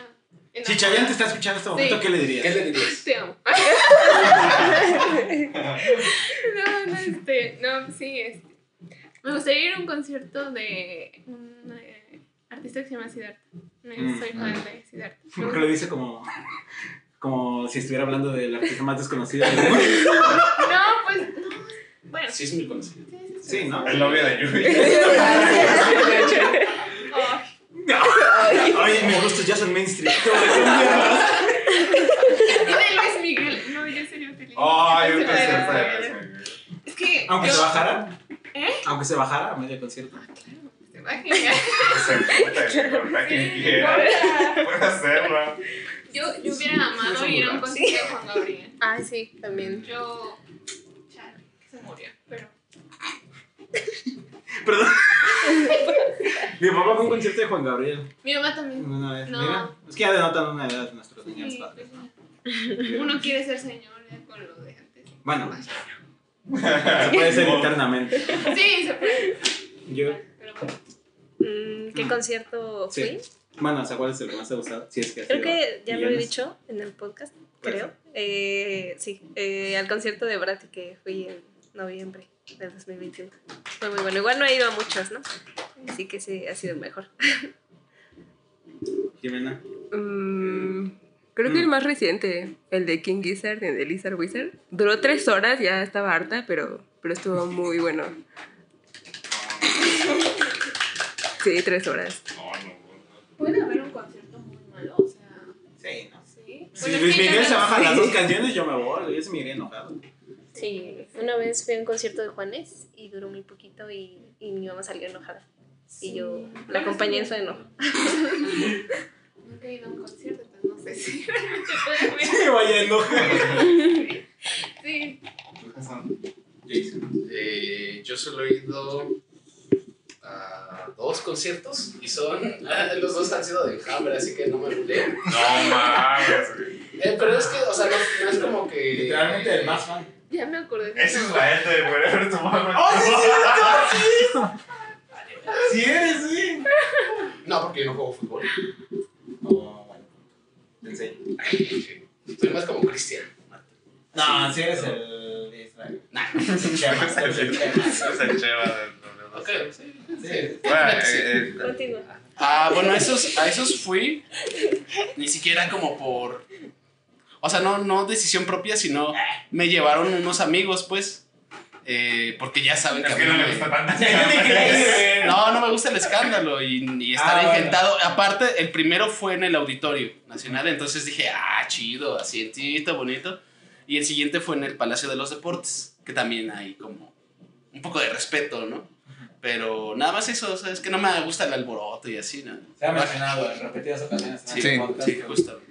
[SPEAKER 4] enojada.
[SPEAKER 2] Si Chayanne te está escuchando en este momento,
[SPEAKER 4] Sí.
[SPEAKER 2] ¿qué le dirías?
[SPEAKER 3] ¿Qué le dirías?
[SPEAKER 4] Te amo. [laughs] no, no, este. No, sí, este. Me gustaría ir a un concierto de un eh, artista que se llama Siddhartha. Me,
[SPEAKER 2] Mm.
[SPEAKER 4] soy fan de
[SPEAKER 2] [laughs]
[SPEAKER 4] Siddhartha.
[SPEAKER 2] Porque lo dice como, como si estuviera hablando del artista más desconocido del mundo.
[SPEAKER 4] No, pues, no. Bueno,
[SPEAKER 3] Sí, es muy conocido.
[SPEAKER 2] Sí, ¿no?
[SPEAKER 6] El novio de Yuri.
[SPEAKER 4] Ay,
[SPEAKER 2] Oye, mis gustos ya son mainstream. [laughs]
[SPEAKER 4] y de Luis Miguel. No, yo sería feliz.
[SPEAKER 6] Ay, un
[SPEAKER 4] Pero-
[SPEAKER 6] concierto de Luis Miguel.
[SPEAKER 4] Es que.
[SPEAKER 2] Aunque
[SPEAKER 4] yo-
[SPEAKER 2] se
[SPEAKER 4] [laughs]
[SPEAKER 2] bajara.
[SPEAKER 4] ¿Eh?
[SPEAKER 2] Aunque se bajara a medio concierto.
[SPEAKER 4] Claro, se va genial.
[SPEAKER 6] Se importa, se importa quien quiera. Puede hacerlo.
[SPEAKER 4] Yo, yo hubiera amado ir a un concierto de Juan Gabriel.
[SPEAKER 7] Ay, sí, también.
[SPEAKER 4] Yo. Chale, que se murió. Pero.
[SPEAKER 2] Perdón. Mi papá fue a un concierto de Juan Gabriel.
[SPEAKER 4] Mi mamá también.
[SPEAKER 2] Una vez.
[SPEAKER 4] No.
[SPEAKER 2] Mira, es que ya denotan una edad nuestros niños
[SPEAKER 4] Sí,
[SPEAKER 2] padres.
[SPEAKER 4] pues, uno quiere ser señor ya con lo de antes.
[SPEAKER 2] Bueno. Se puede ser internamente.
[SPEAKER 4] Sí, se puede.
[SPEAKER 2] Yo,
[SPEAKER 4] Pero bueno.
[SPEAKER 5] Mm, ¿Qué concierto
[SPEAKER 2] Sí.
[SPEAKER 5] fui?
[SPEAKER 2] bueno, ¿se acuerdas el que más te ha gustado? Si es que ha
[SPEAKER 5] Creo
[SPEAKER 2] sido.
[SPEAKER 5] que ya lo he
[SPEAKER 2] millones.
[SPEAKER 5] dicho en el podcast,
[SPEAKER 2] Puede
[SPEAKER 5] creo. Eh, sí, eh, al concierto de Brati que fui en noviembre del 2021. Fue muy bueno. Igual no he ido a muchos, ¿no? Así que sí, ha sido el mejor.
[SPEAKER 2] Jimena.
[SPEAKER 7] Mm, creo que el más reciente, el de King Gizzard, el de Lizard Wizard, duró tres horas, ya estaba harta, pero pero estuvo muy bueno. Sí, tres horas.
[SPEAKER 6] No, no, no.
[SPEAKER 4] Puede haber un concierto muy malo, o sea.
[SPEAKER 2] Sí, ¿no?
[SPEAKER 4] Sí.
[SPEAKER 2] Si
[SPEAKER 4] Bueno, Pues es
[SPEAKER 2] Luis
[SPEAKER 4] que yo
[SPEAKER 2] Miguel
[SPEAKER 4] no-
[SPEAKER 2] se baja las dos canciones, yo me voy. Yo se me iría [laughs] enojado.
[SPEAKER 5] Sí, una vez fui a un concierto de Juanes y duró muy poquito y, y mi mamá salió enojada. Y yo la acompañé en su enojo.
[SPEAKER 4] Nunca he ido a un concierto, entonces no sé si [laughs] realmente puedo ver.
[SPEAKER 2] Me vaya enojado.
[SPEAKER 4] Sí.
[SPEAKER 2] Pues,
[SPEAKER 6] ¿Tú, Hassan?
[SPEAKER 3] Eh, yo solo he ido a dos conciertos y son. ah, Los dos han sido de Hammer, así que no me burlé.
[SPEAKER 6] No mames, güey.
[SPEAKER 3] Eh, pero es que, o sea, no, no es como que.
[SPEAKER 2] Literalmente el más fan.
[SPEAKER 4] Ya me acordé de
[SPEAKER 6] Es
[SPEAKER 4] una-
[SPEAKER 6] Israel de Forever Tomorrow.
[SPEAKER 2] ¡Oh, sí, es cierto! ¡Sí! ¡Sí eres, sí!
[SPEAKER 3] No, porque yo no juego fútbol.
[SPEAKER 2] No, bueno. Pensé.
[SPEAKER 3] Soy más como Cristian.
[SPEAKER 2] No, si eres el de Israel.
[SPEAKER 3] Nah.
[SPEAKER 2] Chemas, el Chemas.
[SPEAKER 6] Es el Cheva del problema.
[SPEAKER 3] Ok, sí.
[SPEAKER 2] Sí.
[SPEAKER 3] [laughs]
[SPEAKER 6] Bueno, eh, eh,
[SPEAKER 5] Continúa.
[SPEAKER 3] Ah, bueno, a esos, a esos fui. Ni siquiera como por. O sea, no, no decisión propia, sino me llevaron unos amigos, pues. eh, porque ya saben que
[SPEAKER 6] es
[SPEAKER 3] a
[SPEAKER 6] que
[SPEAKER 3] mí
[SPEAKER 6] no
[SPEAKER 3] me-
[SPEAKER 6] le gusta tanto.
[SPEAKER 3] [laughs] No, no me gusta el escándalo y, y estar
[SPEAKER 2] Ah, bueno.
[SPEAKER 3] engentado. Aparte, el primero fue en el Auditorio Nacional, entonces dije, ah, chido, asientito, bonito. Y el siguiente fue en el Palacio de los Deportes, que también hay como un poco de respeto, ¿no? Pero nada más eso, o sea, es que no me gusta el alboroto y así, ¿no?
[SPEAKER 2] Se ha mencionado en repetidas ocasiones. en
[SPEAKER 3] Sí,
[SPEAKER 2] este
[SPEAKER 3] sí,
[SPEAKER 2] podcast que
[SPEAKER 3] justo.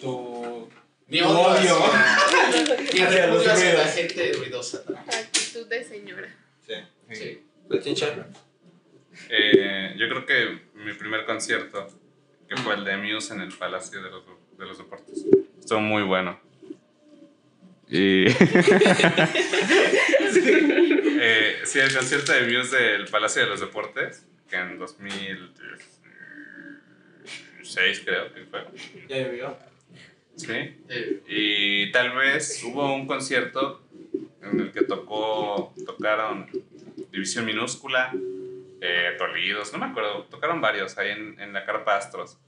[SPEAKER 2] Tu.
[SPEAKER 3] Mi
[SPEAKER 2] tu
[SPEAKER 3] odio
[SPEAKER 2] odio.
[SPEAKER 3] hacia- mi
[SPEAKER 2] Hacia los
[SPEAKER 3] repudio hacia la
[SPEAKER 2] ruidos.
[SPEAKER 3] gente ruidosa. ¿no?
[SPEAKER 4] Actitud de señora.
[SPEAKER 2] Sí.
[SPEAKER 3] Sí.
[SPEAKER 2] La chicha.
[SPEAKER 6] Eh, yo creo que mi primer concierto, que fue el de Muse en el Palacio de los, de los Deportes, estuvo muy bueno. Y. Eh, sí, el concierto de Muse del Palacio de los Deportes, que en 2006 creo que fue.
[SPEAKER 2] Ya llovió.
[SPEAKER 6] Sí.
[SPEAKER 3] Eh,
[SPEAKER 6] Y tal vez hubo un concierto en el que tocó, tocaron División Minúscula, eh, Tolidos, no me acuerdo, tocaron varios ahí en, en la Carpa Astros.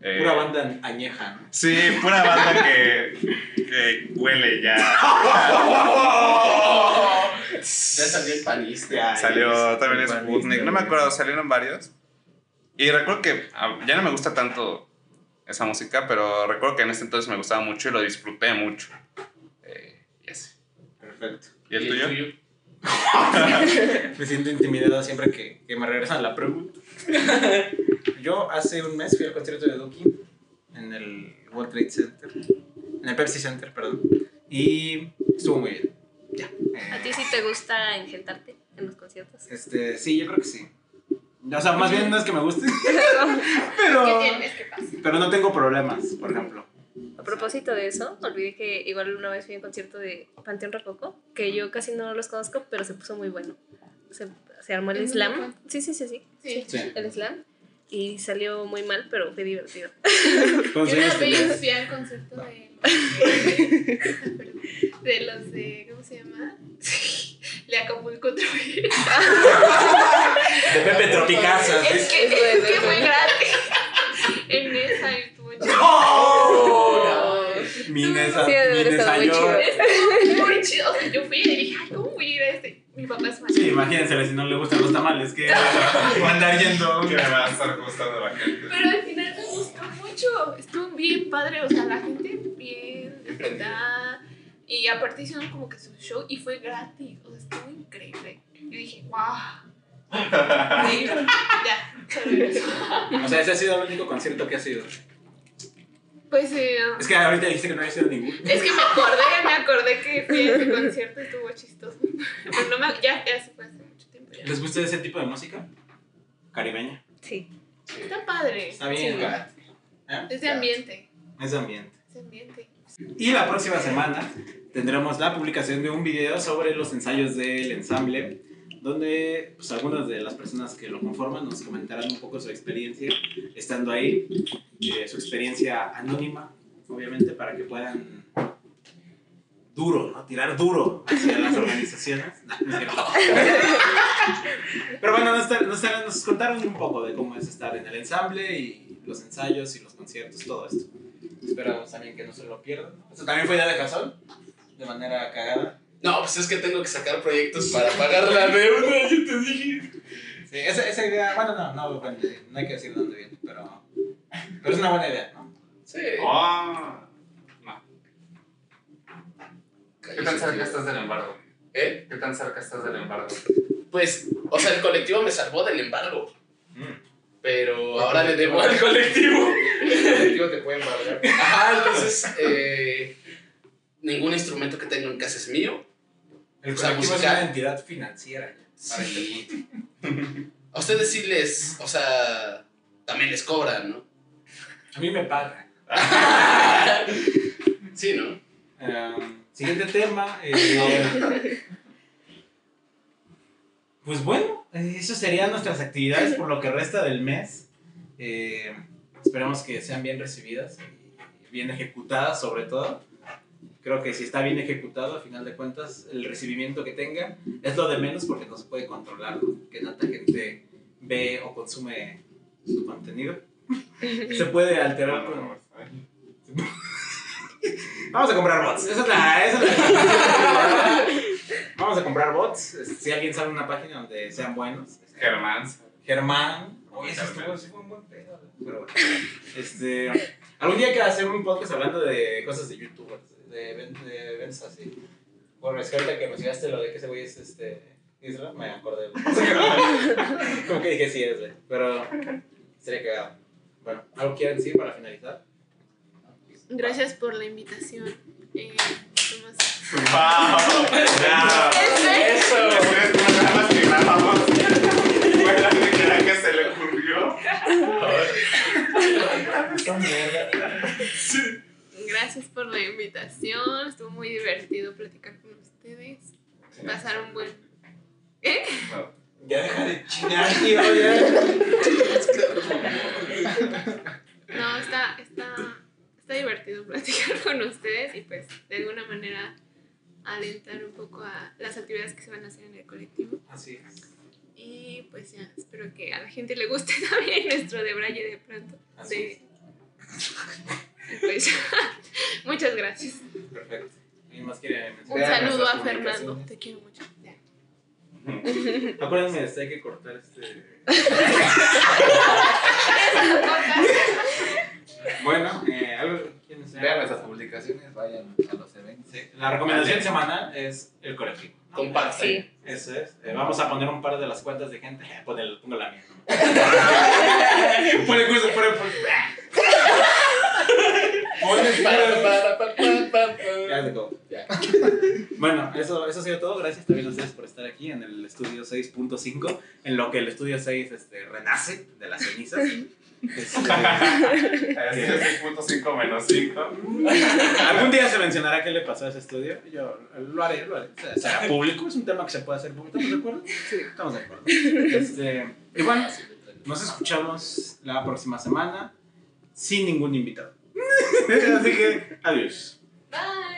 [SPEAKER 6] Eh,
[SPEAKER 2] Pura banda añeja, ¿no?
[SPEAKER 6] Sí, pura banda que, que huele
[SPEAKER 2] [laughs]
[SPEAKER 6] ya.
[SPEAKER 3] Ya salió el panista.
[SPEAKER 2] Ya,
[SPEAKER 6] Salió
[SPEAKER 2] ya,
[SPEAKER 6] también
[SPEAKER 2] ya,
[SPEAKER 6] Sputnik, no me acuerdo, salieron varios. Y recuerdo que ah, ya no me gusta tanto esa música, pero recuerdo que en ese entonces me gustaba mucho y lo disfruté mucho. Eh, y así.
[SPEAKER 2] Perfecto.
[SPEAKER 6] ¿Y el
[SPEAKER 3] ¿Y
[SPEAKER 6] tuyo?
[SPEAKER 2] Me siento intimidado siempre que, que me regresan la
[SPEAKER 5] [laughs]
[SPEAKER 2] pregunta. Yo hace un mes fui al concierto de Duki en el World Trade Center, en el Pepsi Center, perdón, y estuvo muy bien. Ya.
[SPEAKER 5] ¿A
[SPEAKER 2] Eh,
[SPEAKER 5] ti sí te gusta engentarte en los conciertos?
[SPEAKER 2] este, sí, yo creo que sí. O sea, más bien no es que me
[SPEAKER 5] [laughs]
[SPEAKER 2] guste, pero,
[SPEAKER 4] ¿Qué tienes que pasar?
[SPEAKER 2] pero no tengo problemas, por ejemplo.
[SPEAKER 5] A propósito de eso, olvidé que igual una vez fui a un concierto de Panteón Rococo, que yo casi no los conozco, pero se puso muy bueno. Se, se armó el
[SPEAKER 4] ¿Es
[SPEAKER 5] slam.
[SPEAKER 4] local?
[SPEAKER 5] Sí, sí, sí, sí,
[SPEAKER 4] Sí.
[SPEAKER 2] Sí.
[SPEAKER 5] el slam. Y salió muy mal, pero fue divertido.
[SPEAKER 4] Yo una vez
[SPEAKER 2] Entonces,
[SPEAKER 4] fui al concierto de los de, [laughs] los de ¿cómo se llama? Le Acapulco Troy.
[SPEAKER 2] de Pepe Tropicasa.
[SPEAKER 4] Es que,
[SPEAKER 5] Es bueno,
[SPEAKER 4] es que
[SPEAKER 5] es
[SPEAKER 4] fue
[SPEAKER 5] bueno.
[SPEAKER 4] gratis. [laughs] En esa estuvo chido.
[SPEAKER 2] ¡Oh! Mi Nesa,
[SPEAKER 5] Sí, debe
[SPEAKER 2] mi
[SPEAKER 5] haber
[SPEAKER 2] Nesa
[SPEAKER 5] estado muy
[SPEAKER 2] yo-
[SPEAKER 5] chido.
[SPEAKER 4] Estuvo muy chido. O sea, yo fui y dije, ay, ¿cómo voy a ir a este? Mi papá es malo.
[SPEAKER 2] Sí, imagínensele si no le gustan los tamales,
[SPEAKER 5] [laughs]
[SPEAKER 2] que va a andar yendo.
[SPEAKER 6] Que me va a estar gustando la gente.
[SPEAKER 4] Pero al final me gustó mucho. Estuvo bien padre. O sea, la gente bien enfrentada. Y aparte hicieron como que su show y fue gratis. O sea, estuvo increíble. Yo dije, wow. Sí, ya, solo eso.
[SPEAKER 2] O sea, ese ha sido el único concierto que ha sido.
[SPEAKER 4] Pues eh,
[SPEAKER 2] Es que ahorita dijiste que no había sido ninguno.
[SPEAKER 4] es que me acordé, me acordé que fui a ese concierto, estuvo chistoso. Pero no me, ya, ya se fue hace mucho tiempo. ya.
[SPEAKER 2] ¿Les gusta ese tipo de música? Caribeña.
[SPEAKER 5] Sí.
[SPEAKER 4] Está padre.
[SPEAKER 2] Está bien,
[SPEAKER 5] Sí.
[SPEAKER 2] ¿verdad?
[SPEAKER 4] Es de ambiente.
[SPEAKER 2] Es ambiente.
[SPEAKER 4] Es de ambiente.
[SPEAKER 2] Y la próxima semana tendremos la publicación de un video sobre los ensayos del ensamble, donde pues, algunas de las personas que lo conforman nos comentarán un poco su experiencia estando ahí, eh, su experiencia anónima, obviamente, para que puedan duro, ¿no? Tirar duro hacia las organizaciones. [laughs] No, no es cierto. Pero bueno, nos, nos- nos contaron un poco de cómo es estar en el ensamble y los ensayos y los conciertos, todo esto. pues, Esperamos también que no se lo pierdan. Eso también fue ya de Cazón, de manera cagada.
[SPEAKER 3] No, pues es que tengo que sacar proyectos para pagar la deuda, yo te dije.
[SPEAKER 2] Sí, esa, esa idea, bueno, no, no, bueno, no hay que decir dónde viene, pero, pero es una buena idea, ¿no?
[SPEAKER 3] Sí.
[SPEAKER 6] Ah,
[SPEAKER 3] Cállese,
[SPEAKER 8] ¿Qué tan cerca
[SPEAKER 3] tío.
[SPEAKER 8] estás del embargo?
[SPEAKER 3] ¿Eh?
[SPEAKER 8] ¿Qué tan cerca estás del embargo?
[SPEAKER 3] Pues, o sea, el colectivo me salvó del embargo.
[SPEAKER 2] Mm. [laughs]
[SPEAKER 3] Pero ahora le debo al colectivo.
[SPEAKER 8] El colectivo te puede embargar.
[SPEAKER 3] Ajá, entonces, eh, ningún instrumento que tengo en casa es mío.
[SPEAKER 2] El
[SPEAKER 3] O sea,
[SPEAKER 2] colectivo es
[SPEAKER 3] musical.
[SPEAKER 2] una entidad financiera.
[SPEAKER 3] Para este punto. A ustedes sí les, o sea, también les cobran, ¿no?
[SPEAKER 2] A mí me paga.
[SPEAKER 3] Sí, ¿no?
[SPEAKER 2] Eh, siguiente tema. eh, [laughs] pues bueno, eh, eso serían nuestras actividades por lo que resta del mes. Eh, esperemos que sean bien recibidas y bien ejecutadas sobre todo. Creo que si está bien ejecutado, a final de cuentas, el recibimiento que tenga es lo de menos porque no se puede controlar ¿no? que tanta gente ve o consume su contenido. Se puede alterar con, [laughs] Vamos a comprar bots. Esa es la. Esa es la- [laughs] Vamos a comprar bots. Este, Si alguien sabe una página donde sean buenos. este,
[SPEAKER 6] Germán.
[SPEAKER 2] Germán. Oye, eso estuvo- eso fue un buen pedo. Pero bueno. Este. Algún día hay que hacer un podcast hablando de cosas de YouTube, de event- de eventos así. Bueno, es que ahorita que mencionaste lo de que ese güey es este. Isra, me acordé. [laughs] Como que dije sí es, güey. Pero. Sería cagado. Bueno, ¿algo quieren decir para finalizar?
[SPEAKER 4] Gracias por la invitación. Eh, ¿qué más?
[SPEAKER 6] Wow. [laughs] Ya.
[SPEAKER 3] Eso.
[SPEAKER 6] Los tres programas que grabamos. Fue la primera que se le ocurrió.
[SPEAKER 4] Gracias por la invitación. Estuvo muy divertido platicar con ustedes. Pasar un buen. ¿Eh?
[SPEAKER 2] Ya deja de chingar, tío, ya.
[SPEAKER 4] No, está, está, está divertido platicar [laughs] con ustedes y pues de alguna manera alentar un poco a las actividades que se van a hacer en el colectivo.
[SPEAKER 2] Así es.
[SPEAKER 4] Y pues ya, espero que a la gente le guste [laughs] también nuestro de Braille de pronto.
[SPEAKER 2] Así
[SPEAKER 4] De- Y [laughs] pues muchas gracias.
[SPEAKER 2] Perfecto. ¿Alguien más quiere
[SPEAKER 4] Un
[SPEAKER 2] mencionar?
[SPEAKER 4] saludo a
[SPEAKER 2] nuestras
[SPEAKER 4] Fernando.
[SPEAKER 2] publicaciones?
[SPEAKER 4] Te quiero mucho. Ya.
[SPEAKER 2] [laughs] Acuérdense, este, hay que cortar este. bueno, eh, algo. ¿Quién es?
[SPEAKER 8] Vean nuestras publicaciones, vayan a los eventos.
[SPEAKER 2] Sí, La recomendación semanal es el colectivo. ¿no?
[SPEAKER 3] Compartan.
[SPEAKER 5] Sí.
[SPEAKER 2] Eso es. Eh, vamos a poner un par de las cuentas de gente. [laughs] Pon el- pongo la mía. ¿no? Pon el curso, pon el- pon- Pon el-
[SPEAKER 3] Para, para, pa, pa, pa,
[SPEAKER 2] Ya
[SPEAKER 3] pa.
[SPEAKER 2] se acabó.
[SPEAKER 3] Ya.
[SPEAKER 2] [laughs] Bueno, eso, eso ha sido todo. Gracias también a ustedes por estar aquí en el estudio 6.5, en lo que el estudio 6 este, renace de las cenizas. Este,
[SPEAKER 6] Es 6.5 menos 5.
[SPEAKER 2] algún día se mencionará qué le pasó a ese estudio. Yo lo haré, lo haré. O sea, será público, es un tema que se puede hacer público. ¿Estamos de acuerdo? Sí, estamos de acuerdo. Este, y bueno, nos escuchamos la próxima semana sin ningún invitado. Así que, adiós.
[SPEAKER 4] Bye.